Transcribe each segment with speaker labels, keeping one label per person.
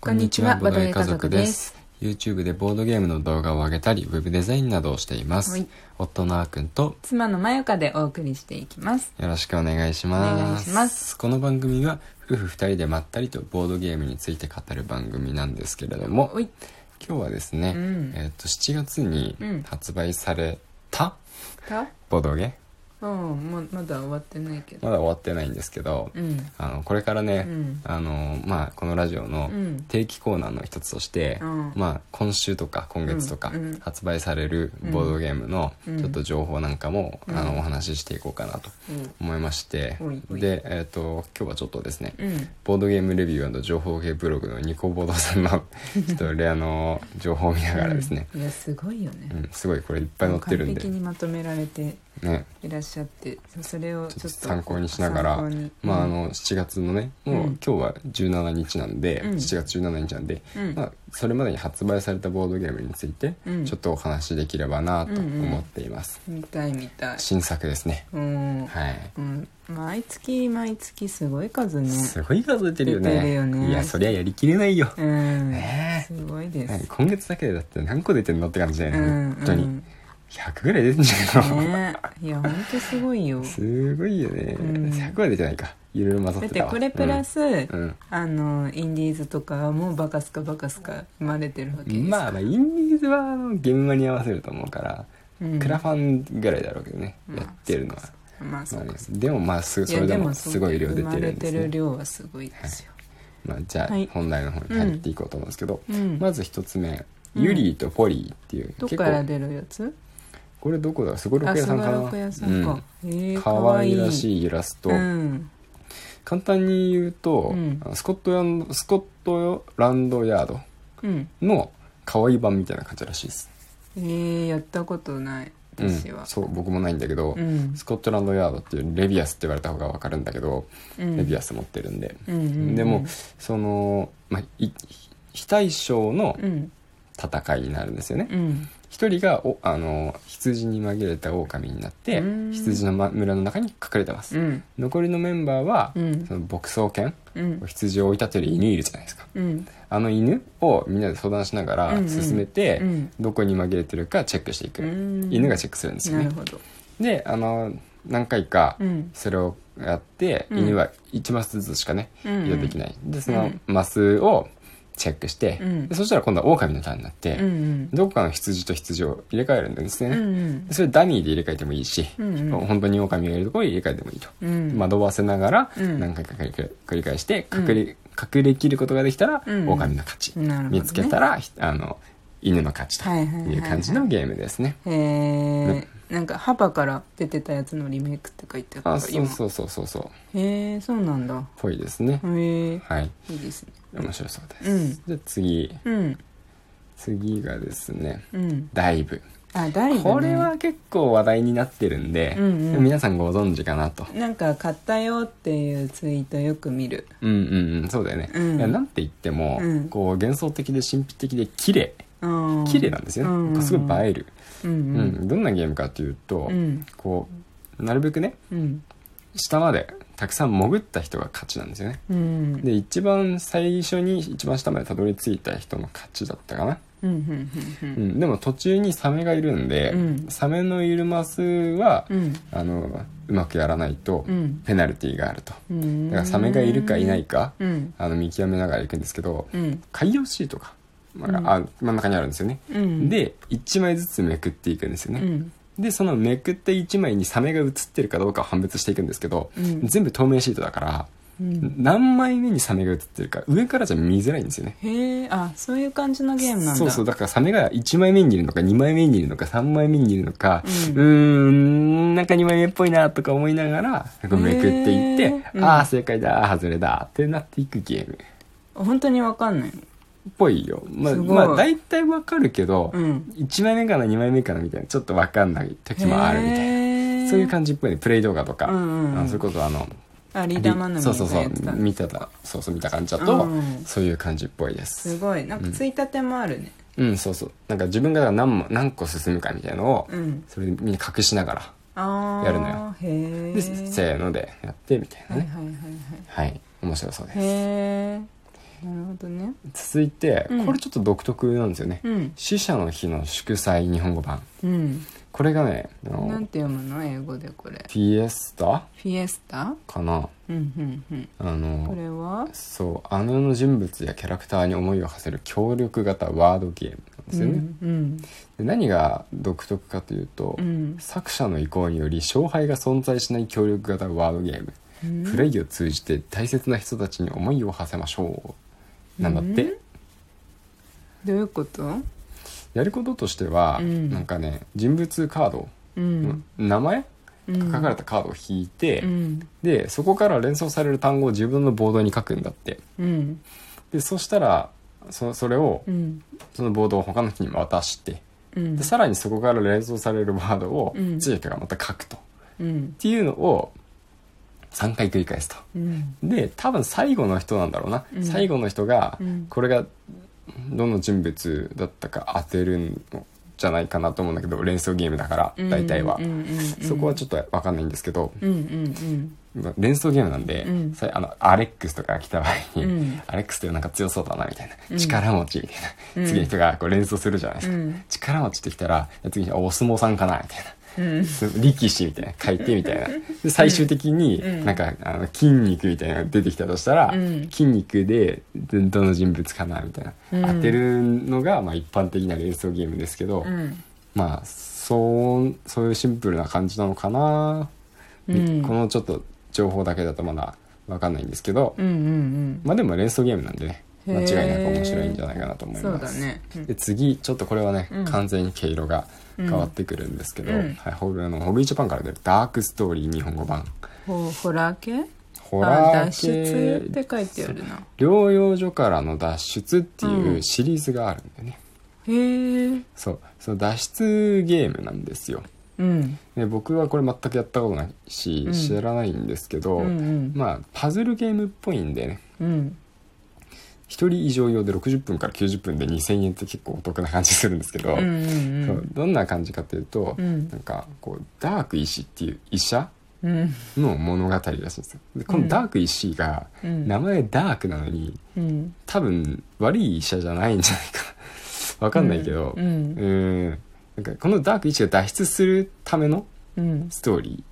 Speaker 1: こんにちは、
Speaker 2: ボ
Speaker 1: ボ
Speaker 2: ド
Speaker 1: ド
Speaker 2: ゲ
Speaker 1: ゲ
Speaker 2: 家
Speaker 1: 家
Speaker 2: 族
Speaker 1: 族
Speaker 2: で
Speaker 1: ですす。
Speaker 2: YouTube でボードゲームの動画を上げたり、ウェブデザインなどをしています。
Speaker 1: はい
Speaker 2: 夫のあーくんと、
Speaker 1: 妻のまゆかでお送りしていきます。
Speaker 2: よろしくお願いします。
Speaker 1: お願いします
Speaker 2: この番組は、夫婦二人でまったりとボードゲームについて語る番組なんですけれども
Speaker 1: お、い、
Speaker 2: 今日はですね、
Speaker 1: うん
Speaker 2: えっと、7月に
Speaker 1: うん
Speaker 2: 発売された
Speaker 1: た
Speaker 2: ボードゲ、
Speaker 1: うん、ままだ終わってないけど。
Speaker 2: まだ終わってないんですけど、
Speaker 1: うん。
Speaker 2: あの、これから
Speaker 1: う
Speaker 2: ね、
Speaker 1: ん。
Speaker 2: あの、まあ、このラジオの
Speaker 1: うん
Speaker 2: 定期コーナーの一つとして、
Speaker 1: うん
Speaker 2: まあ、今週とか今月とか
Speaker 1: うんうん
Speaker 2: 発売されるボードゲームの
Speaker 1: うん
Speaker 2: ちょっと情報なんかも、
Speaker 1: うん
Speaker 2: あのお話ししていこうかなと思いまして、
Speaker 1: おいおい
Speaker 2: で、えっと今日はちょっとですね、
Speaker 1: うん。
Speaker 2: ボードゲームレビュー情報系ブログのニコボードさんの ちょっとレアの情報を見ながらですね、
Speaker 1: うん。いや、すごいよ
Speaker 2: う
Speaker 1: ね。
Speaker 2: ん、すごいこれいっぱい載ってるん
Speaker 1: 完
Speaker 2: で
Speaker 1: 璧、にまとめられて
Speaker 2: ね、
Speaker 1: いらっしゃって、それをちょっ
Speaker 2: ちょ
Speaker 1: と
Speaker 2: っと参考にしながら
Speaker 1: 参考に
Speaker 2: まああ、の7月のねもう
Speaker 1: うん
Speaker 2: 今日は17日なんで、
Speaker 1: うん
Speaker 2: 7月17日なんで、
Speaker 1: うん
Speaker 2: まあ、それまでに発売されたボードゲームについて
Speaker 1: うん
Speaker 2: ちょっとお話しできればなと思っています、
Speaker 1: みたいみたい。
Speaker 2: 新作ですね
Speaker 1: うん。
Speaker 2: はい
Speaker 1: うん。毎月毎月すごい数ね。
Speaker 2: すごい数出てるよ
Speaker 1: 出
Speaker 2: ね
Speaker 1: てるよね
Speaker 2: いやそりゃやりきれないよ、
Speaker 1: うん。
Speaker 2: ね
Speaker 1: すごいで
Speaker 2: はい
Speaker 1: す。
Speaker 2: 今月だけでだって何個出てんのって感じだよね、
Speaker 1: うん
Speaker 2: 本当
Speaker 1: う
Speaker 2: に
Speaker 1: ん
Speaker 2: 100ぐらい出てんじゃないの、
Speaker 1: ねいや、ほんとすごいよ。
Speaker 2: すごいよね、
Speaker 1: うん
Speaker 2: 100は出てないかいろいろ混ざっ
Speaker 1: だってて
Speaker 2: たわ
Speaker 1: これプラス、
Speaker 2: うん、うん
Speaker 1: あのインディーズとかもバカスカバカスカ生まれてるわけです
Speaker 2: まあまあインディーズはあの現場に合わせると思うから、
Speaker 1: うん
Speaker 2: クラファンぐらいだろうけどね、
Speaker 1: ま
Speaker 2: や
Speaker 1: あ
Speaker 2: ってるのは、
Speaker 1: まあそ
Speaker 2: まあ
Speaker 1: う
Speaker 2: ね
Speaker 1: かそ、
Speaker 2: でもまあす
Speaker 1: う
Speaker 2: それで
Speaker 1: や
Speaker 2: も
Speaker 1: そう
Speaker 2: すごい量出
Speaker 1: 生
Speaker 2: て
Speaker 1: ま
Speaker 2: る
Speaker 1: れ
Speaker 2: んで
Speaker 1: て
Speaker 2: す、
Speaker 1: る
Speaker 2: ね、
Speaker 1: 量はすごいですよ、
Speaker 2: まあ、じゃあ
Speaker 1: はい
Speaker 2: 本題の方に入っていこうと思うんですけど、
Speaker 1: うん
Speaker 2: まず一つ目、
Speaker 1: うん
Speaker 2: ユリーとポリーっていう
Speaker 1: どっ
Speaker 2: 結
Speaker 1: から
Speaker 2: 構
Speaker 1: 出るやつ
Speaker 2: これどこだすごろ
Speaker 1: あ
Speaker 2: く屋
Speaker 1: す
Speaker 2: さん
Speaker 1: ご
Speaker 2: かな
Speaker 1: ろく屋さんか、え
Speaker 2: う
Speaker 1: え
Speaker 2: ん、
Speaker 1: ー、
Speaker 2: か
Speaker 1: か
Speaker 2: わ
Speaker 1: わい
Speaker 2: い
Speaker 1: い
Speaker 2: らしいイラスト、
Speaker 1: うん
Speaker 2: 簡単に言うと、
Speaker 1: うん
Speaker 2: あのスコットランドスコットランドヤード
Speaker 1: うん
Speaker 2: の可愛い版みたいな感じらしいです、
Speaker 1: えー、やったことない
Speaker 2: うん
Speaker 1: 私は、
Speaker 2: そう僕もないんだけど、
Speaker 1: うん
Speaker 2: スコットランドヤードっていうレビアスって言われた方が分かるんだけど、
Speaker 1: うん
Speaker 2: レビアス持ってるんで、
Speaker 1: うんうんうん
Speaker 2: でもその、まあ、い非対称の
Speaker 1: うん
Speaker 2: 戦いになるんですよね
Speaker 1: うん
Speaker 2: 一人がおあの羊に紛れた狼になって
Speaker 1: うん
Speaker 2: 羊の、ま、村の中に隠れてます、
Speaker 1: うん
Speaker 2: 残りのメンバーは、
Speaker 1: うん
Speaker 2: その牧草犬
Speaker 1: うん
Speaker 2: 羊を追い立てる犬いるじゃないですか
Speaker 1: うん
Speaker 2: あの犬をみんなで相談しなが
Speaker 1: うん
Speaker 2: ら
Speaker 1: うん
Speaker 2: 進めて、
Speaker 1: うん
Speaker 2: どこに紛れてるかチェックしていく、
Speaker 1: うん
Speaker 2: 犬がチェックするんですよ
Speaker 1: な
Speaker 2: ね
Speaker 1: るほど
Speaker 2: であの何回か
Speaker 1: うん
Speaker 2: それをやって、
Speaker 1: うん
Speaker 2: 犬は1マスずつしかね
Speaker 1: うん
Speaker 2: 移動できない、でその
Speaker 1: うん
Speaker 2: マスをチェックして、
Speaker 1: うん
Speaker 2: でそしたら今度は狼のターンになって、
Speaker 1: うん
Speaker 2: どこかの羊と羊を入れ替えるんです
Speaker 1: うんう
Speaker 2: ね、
Speaker 1: ん
Speaker 2: でそれダミーで入れ替えてもいいし、
Speaker 1: うんうん
Speaker 2: 本当に狼がいるところに入れ替えてもいいと、
Speaker 1: うん
Speaker 2: 惑わせながら
Speaker 1: うん
Speaker 2: 何回か繰り返繰り返して隠れ,、隠れきることができたら、
Speaker 1: うん
Speaker 2: 狼の勝ち、
Speaker 1: なるほどね
Speaker 2: 見つけたらひあの犬の勝ちと
Speaker 1: はいはいはいはい
Speaker 2: いう感じのゲームですね、
Speaker 1: へえなんか幅から出てたやつのリメイクって書いてあった
Speaker 2: あそうそうそうそうそう
Speaker 1: 今へえそうなんだ
Speaker 2: ぽいですね、
Speaker 1: へえ
Speaker 2: はい
Speaker 1: いいですね
Speaker 2: 面白そうです、
Speaker 1: うん
Speaker 2: で次
Speaker 1: うん
Speaker 2: 次がですね
Speaker 1: うん
Speaker 2: ダイブ
Speaker 1: あ誰だ、ね、
Speaker 2: これは結構話題になってるんで、
Speaker 1: うんうん
Speaker 2: 皆さんご存知かなと
Speaker 1: なんか買ったよっていうツイートよく見る
Speaker 2: うんうんうんそうだよね、
Speaker 1: うん
Speaker 2: いやなんて言っても、
Speaker 1: うん
Speaker 2: こう幻想的で神秘的で綺麗
Speaker 1: うん
Speaker 2: 綺麗なんですよね、
Speaker 1: うんうんうん
Speaker 2: すごい映える、
Speaker 1: う
Speaker 2: うん
Speaker 1: んうん
Speaker 2: どんなゲームかというと、
Speaker 1: うん
Speaker 2: こうなるべくね
Speaker 1: うん
Speaker 2: 下までたくさん潜った人が勝ちなんですよね
Speaker 1: うん
Speaker 2: で一番最初に一番下までたどり着いた人の勝ちだったかな
Speaker 1: うんうんう
Speaker 2: うんん、でも途中にサメがいるんで、
Speaker 1: うん
Speaker 2: サメのいるマスは、
Speaker 1: うん
Speaker 2: あのうまくやらないと
Speaker 1: うん
Speaker 2: ペナルティーがあると、
Speaker 1: うん
Speaker 2: だからサメがいるかいないか、
Speaker 1: うん
Speaker 2: あの見極めながら行くんですけど、
Speaker 1: うん
Speaker 2: 海洋シートが、まあ
Speaker 1: うん
Speaker 2: あ真ん中にあるんですよね、
Speaker 1: うん
Speaker 2: で1枚ずつめくっていくんですよね、
Speaker 1: うん
Speaker 2: でそのめくった1枚にサメが写ってるかどうかを判別していくんですけど、
Speaker 1: うん
Speaker 2: 全部透明シートだから
Speaker 1: うん
Speaker 2: 何枚目にサメが写ってるか上からじゃ見づらいんですよね
Speaker 1: へえあそういう感じのゲームなんだ
Speaker 2: そうそうだからサメが1枚目にいるのか2枚目にいるのか3枚目にいるのかう
Speaker 1: う
Speaker 2: ー
Speaker 1: ん
Speaker 2: んなんか2枚目っぽいなとか思いながらこうめくっていって、
Speaker 1: へー
Speaker 2: あ
Speaker 1: う
Speaker 2: あ
Speaker 1: ん
Speaker 2: 正解だあー外れだってなっていくゲームっ
Speaker 1: 本当にわかんないの
Speaker 2: ぽいよまあ
Speaker 1: すごい
Speaker 2: まあ大体わかるけど、
Speaker 1: うん
Speaker 2: 1枚目かな2枚目かなみたいなちょっとわかんない時もあるみたいな
Speaker 1: な
Speaker 2: そういう感じっぽいねプレイ動画とか、
Speaker 1: うんうんうん
Speaker 2: あのそれこそあの
Speaker 1: あリーダーマナミ
Speaker 2: そうそう
Speaker 1: が
Speaker 2: そ
Speaker 1: やってた
Speaker 2: う見てたそうそう見た感じだと、
Speaker 1: うん
Speaker 2: そういう感じっぽいです
Speaker 1: すごいなんかついたてもあるね
Speaker 2: うんそうそうなんか自分が何も何個進むかみたいなのを、
Speaker 1: うん
Speaker 2: それでみんな隠しながら、
Speaker 1: ああ
Speaker 2: やるのよ
Speaker 1: へえ
Speaker 2: でせーのでやってみたいな
Speaker 1: はいはい
Speaker 2: ね
Speaker 1: はいはい
Speaker 2: はい、面白そうです
Speaker 1: へえなるほどね
Speaker 2: 続いて、
Speaker 1: うん
Speaker 2: これちょっと独特なんですよね、
Speaker 1: うん
Speaker 2: 死者の日の祝祭日本語版
Speaker 1: うん
Speaker 2: これがねあの
Speaker 1: なんて読むの英語でこれ
Speaker 2: フィエスタ
Speaker 1: フィエスタ
Speaker 2: かな
Speaker 1: うんうん
Speaker 2: あ
Speaker 1: うんこ
Speaker 2: の
Speaker 1: れは
Speaker 2: そうあの世の人物やキャラクターに思いを馳せる協力型ワードゲームなんですよね、
Speaker 1: うん
Speaker 2: で何が独特かというと、
Speaker 1: うん
Speaker 2: 作者の意向により勝敗が存在しない協力型ワードゲーム、
Speaker 1: うん
Speaker 2: プレイを通じて大切な人たちに思いを馳せましょうなんだって、
Speaker 1: うんどういうこと
Speaker 2: やることとしては、
Speaker 1: うん
Speaker 2: なんかね人物カード、
Speaker 1: うん
Speaker 2: 名前
Speaker 1: うん
Speaker 2: 書かれたカードを引いて、
Speaker 1: うん
Speaker 2: でそこから連想される単語を自分のボードに書くんだって
Speaker 1: うん
Speaker 2: でそしたらそそれを
Speaker 1: うん
Speaker 2: そのボードを他の人に渡して
Speaker 1: うん
Speaker 2: でさらにそこから連想されるワードを
Speaker 1: うん
Speaker 2: 千秋がまた書くと、っ
Speaker 1: うん
Speaker 2: ていうのを3回繰り返すと
Speaker 1: うん
Speaker 2: で多分最後の人なんだろうな、
Speaker 1: うん
Speaker 2: 最後の人が
Speaker 1: うん
Speaker 2: これがどの人物だったか当てるんじゃないかなと思うんだけど連想ゲームだから大体は、
Speaker 1: うんうんうんうん
Speaker 2: そこはちょっと分かんないんですけど、
Speaker 1: うんうん
Speaker 2: まあ連想ゲームなんで、
Speaker 1: うん
Speaker 2: さあのアレックスとか来た場合に、
Speaker 1: うん
Speaker 2: アレックスってなんか強そうだなみたいな、
Speaker 1: うん
Speaker 2: 力持ちみたいな、
Speaker 1: うん
Speaker 2: 次の人がこう連想するじゃないですか、
Speaker 1: うん
Speaker 2: 力持ちってきたら次にあお相撲さんかなみたいな。
Speaker 1: うん
Speaker 2: す力士みたいな書いてみた いなで最終的に
Speaker 1: うん
Speaker 2: なんかあの筋肉みたいなのが出てきたとしたら、
Speaker 1: うん
Speaker 2: 筋肉でどどの人物かなみたいな、
Speaker 1: うん
Speaker 2: 当てるのがまあ一般的な連想ゲームですけど、
Speaker 1: うん
Speaker 2: まあそうそういうシンプルな感じなのかな、
Speaker 1: うん
Speaker 2: このちょっと情報だけだとまだ分かんないんですけど、
Speaker 1: うんうん
Speaker 2: まあでも連想ゲームなんでね
Speaker 1: へー
Speaker 2: 間違いなく面白いんじゃないかなと
Speaker 1: う
Speaker 2: 思
Speaker 1: ん
Speaker 2: い
Speaker 1: そう
Speaker 2: ま
Speaker 1: だ
Speaker 2: す、
Speaker 1: ね
Speaker 2: で次ちょっとこれはね、
Speaker 1: うん
Speaker 2: 完全に毛色が変わってくるんですけど、
Speaker 1: うんうん
Speaker 2: はい、ホールのホグイチャパンから出るダークストーリー日本語版
Speaker 1: ホホラー系
Speaker 2: ホラ
Speaker 1: あ脱出
Speaker 2: ー
Speaker 1: っ
Speaker 2: 系
Speaker 1: て書いてあるな
Speaker 2: 療養所からの脱出っていううんシリーズがあるんだよね、
Speaker 1: へえ
Speaker 2: そうその脱出ゲームなんですよ
Speaker 1: うん
Speaker 2: で僕はこれ全くやったことないし、
Speaker 1: うん
Speaker 2: 知らないんですけど、
Speaker 1: うんうん
Speaker 2: まあパズルゲームっぽいんでね
Speaker 1: うん
Speaker 2: 1人以上用で60分から90分で2000円って結構お得な感じするんですけど、
Speaker 1: うんう
Speaker 2: そうんどんな感じかというと、
Speaker 1: うん
Speaker 2: なんかこうダーク石っていう医者
Speaker 1: うん
Speaker 2: の物語らしいんですよでこのダーク石が
Speaker 1: うん
Speaker 2: 名前ダークなのに
Speaker 1: うん
Speaker 2: 多分悪い医者じゃないんじゃないか わかんないけど、
Speaker 1: う
Speaker 2: うんんなんかこのダーク石が脱出するための
Speaker 1: うん
Speaker 2: ストーリ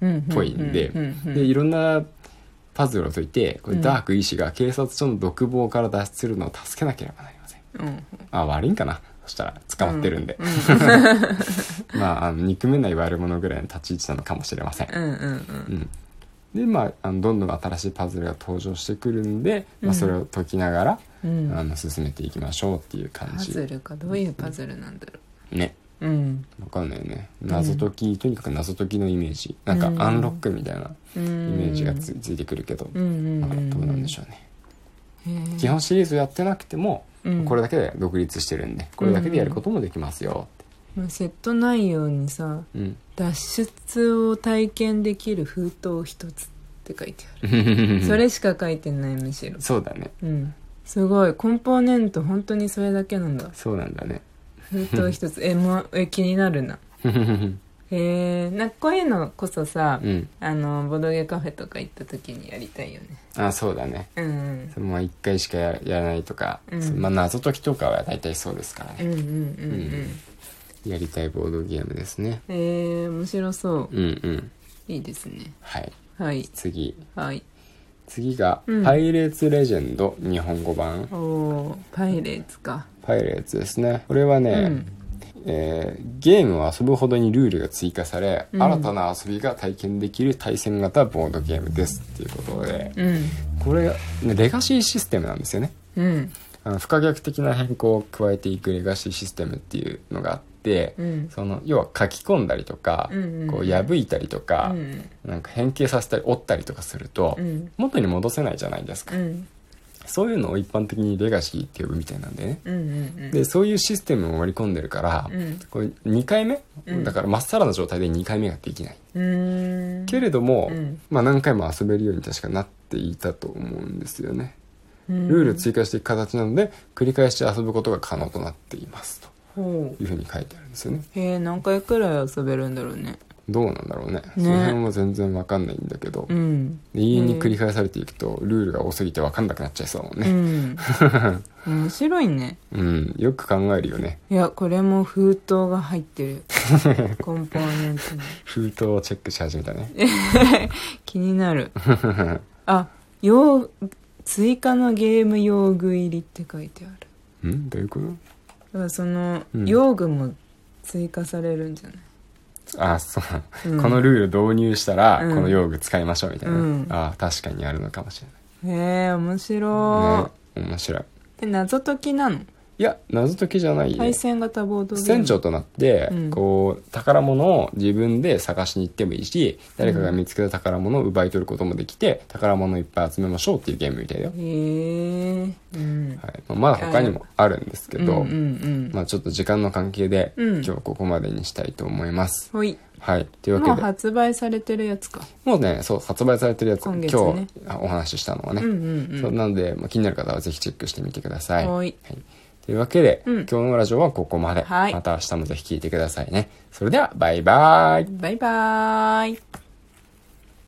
Speaker 1: うん
Speaker 2: ーっぽいんで,、
Speaker 1: うう
Speaker 2: でいろんなパズルを解いてこれ
Speaker 1: うん
Speaker 2: ダーク医師が警察署の独房から脱出するのを助けなければなりません
Speaker 1: うん
Speaker 2: あ悪いんかなそしたら捕まってるんで、
Speaker 1: う
Speaker 2: まああの憎めない悪者ぐらいの立ち位置なのかもしれません、
Speaker 1: んうんうんうん
Speaker 2: うん、でまああのどんどん新しいパズルが登場してくるんで、ま
Speaker 1: う
Speaker 2: あ、
Speaker 1: ん
Speaker 2: それを解きながら、
Speaker 1: うん
Speaker 2: あの進めていきましょうっていう感
Speaker 1: パ
Speaker 2: じ
Speaker 1: ズルかどういうパズルなんだろ
Speaker 2: ね
Speaker 1: ううん
Speaker 2: わかんないよね謎解き、とにかく謎解きのイメージなんか
Speaker 1: うん
Speaker 2: アンロックみたいな
Speaker 1: イメ
Speaker 2: イメージがつ,、ついてくるけど、
Speaker 1: うんうん
Speaker 2: だから
Speaker 1: ん
Speaker 2: どうなんでしょうね、
Speaker 1: へえ
Speaker 2: 基本シリーズやってなくても、
Speaker 1: うん
Speaker 2: これだけで独立してるんでこれだけでやることもできますよって
Speaker 1: まあセット内容にさ
Speaker 2: うん
Speaker 1: 脱出を体験できる封筒一つって書いてあるそれしか書いてないむし ろ
Speaker 2: そうだね
Speaker 1: うんすごいコンポーネント本当にそれだけなんだ
Speaker 2: そうなんだね
Speaker 1: 封筒一つえ,、ま、え気になるな
Speaker 2: うん
Speaker 1: へえなんかこういうのこそさ、あのボドゲカフェとか行った時にやりたいよね
Speaker 2: あそうだね
Speaker 1: うんうん
Speaker 2: そのまあ1回しかややらないとか、
Speaker 1: うん
Speaker 2: そのまあ、謎解きとかは大体そうですから
Speaker 1: うん
Speaker 2: ね、
Speaker 1: うんうんう
Speaker 2: うん
Speaker 1: ん
Speaker 2: やりたいボードゲームですね
Speaker 1: えー、面白そう
Speaker 2: うんうん
Speaker 1: いいですね
Speaker 2: はい
Speaker 1: はい
Speaker 2: 次
Speaker 1: はい
Speaker 2: 次が、
Speaker 1: うん
Speaker 2: パイレーツレジェンド日本語版
Speaker 1: おおパイレーツか
Speaker 2: パイレーツですねこれはね、
Speaker 1: うん
Speaker 2: えーゲームを遊ぶほどにルールが追加され、
Speaker 1: うん
Speaker 2: 新たな遊びが体験できる対戦型ボードゲームですっていうことで
Speaker 1: うん
Speaker 2: これねレガシーシステムなんですよね
Speaker 1: うん
Speaker 2: あの不可逆的な変更を加えていくレガシーシステムっていうのがあって、
Speaker 1: うん
Speaker 2: その要は書き込んだりとか、
Speaker 1: うんうん
Speaker 2: こう破いたりと
Speaker 1: う
Speaker 2: か、
Speaker 1: ん
Speaker 2: なんか変形させたり折ったりとかすると、
Speaker 1: うん
Speaker 2: 元に戻せないじゃないですか、
Speaker 1: うん
Speaker 2: そういうのを一般的にレガシーって呼ぶみたいなんでね
Speaker 1: うんうん
Speaker 2: でそういうシステムを盛り込んでるから、
Speaker 1: うん
Speaker 2: これ2回目、
Speaker 1: うん
Speaker 2: だからまっさらな状態で2回目ができない、
Speaker 1: うんうん
Speaker 2: けれども、
Speaker 1: うん
Speaker 2: まあ、何回も遊べるように確かなっていたと思うんですよね
Speaker 1: うん
Speaker 2: ルール追加していく形なので繰り返し遊ぶことが可能となっていますと
Speaker 1: ほ
Speaker 2: いうふうに書いてあるんですよね
Speaker 1: うへえ何回くらい遊べるんだろうね
Speaker 2: どうなんだろうねその辺は全然わかんないんだけど、
Speaker 1: うん
Speaker 2: 永遠に繰り返されていくとルールが多すぎてわかんなくなっちゃいそうだもん
Speaker 1: う
Speaker 2: ね
Speaker 1: ん面白いね
Speaker 2: うん、よく考えるよね
Speaker 1: いやこれも封筒が入っ てるコンポーネントに
Speaker 2: 封筒をチェックし始めたね
Speaker 1: 気にな るあ用追加のゲーム用具入りって書いてある
Speaker 2: うんどういうこと
Speaker 1: だからその、
Speaker 2: うん
Speaker 1: 用具も追加されるんじゃない
Speaker 2: あそうなの、
Speaker 1: うん
Speaker 2: このルール導入したら、
Speaker 1: うん
Speaker 2: この用具使いましょうみたいな、
Speaker 1: うん
Speaker 2: あ確かにあるのかもしれ
Speaker 1: へえ面
Speaker 2: ない、
Speaker 1: 白
Speaker 2: ね、面白い
Speaker 1: い、え謎解きなの
Speaker 2: いや謎解きじゃないよ
Speaker 1: 対戦型ボードゲーム
Speaker 2: 船長となって、
Speaker 1: うん
Speaker 2: こう宝物を自分で探しに行ってもいいし誰かが見つけた宝物を奪い取ることもできて、宝物をいっぱい集めましょうっていうゲームみたいだよ、
Speaker 1: へえうん
Speaker 2: はいまあ、まだ他にもあるんですけど、
Speaker 1: うんうんうん
Speaker 2: まあ、ちょっと時間の関係で、
Speaker 1: うん
Speaker 2: 今日ここまでにしたいと思います
Speaker 1: ほい
Speaker 2: はいというわけ
Speaker 1: もう
Speaker 2: で
Speaker 1: 発売されてるやつか
Speaker 2: もうねそう発売されてるやつ
Speaker 1: 今
Speaker 2: 今,、
Speaker 1: 月ね
Speaker 2: 日お話ししたのはね、
Speaker 1: うんうん
Speaker 2: そううなので、まあ、気になる方はぜひチェックしてみてください
Speaker 1: んはい
Speaker 2: というわけで、
Speaker 1: うん
Speaker 2: 今日のラジオはここまで、
Speaker 1: はい
Speaker 2: また明日もぜひ聞いてくださいねそれではバイバイ
Speaker 1: バイバーイ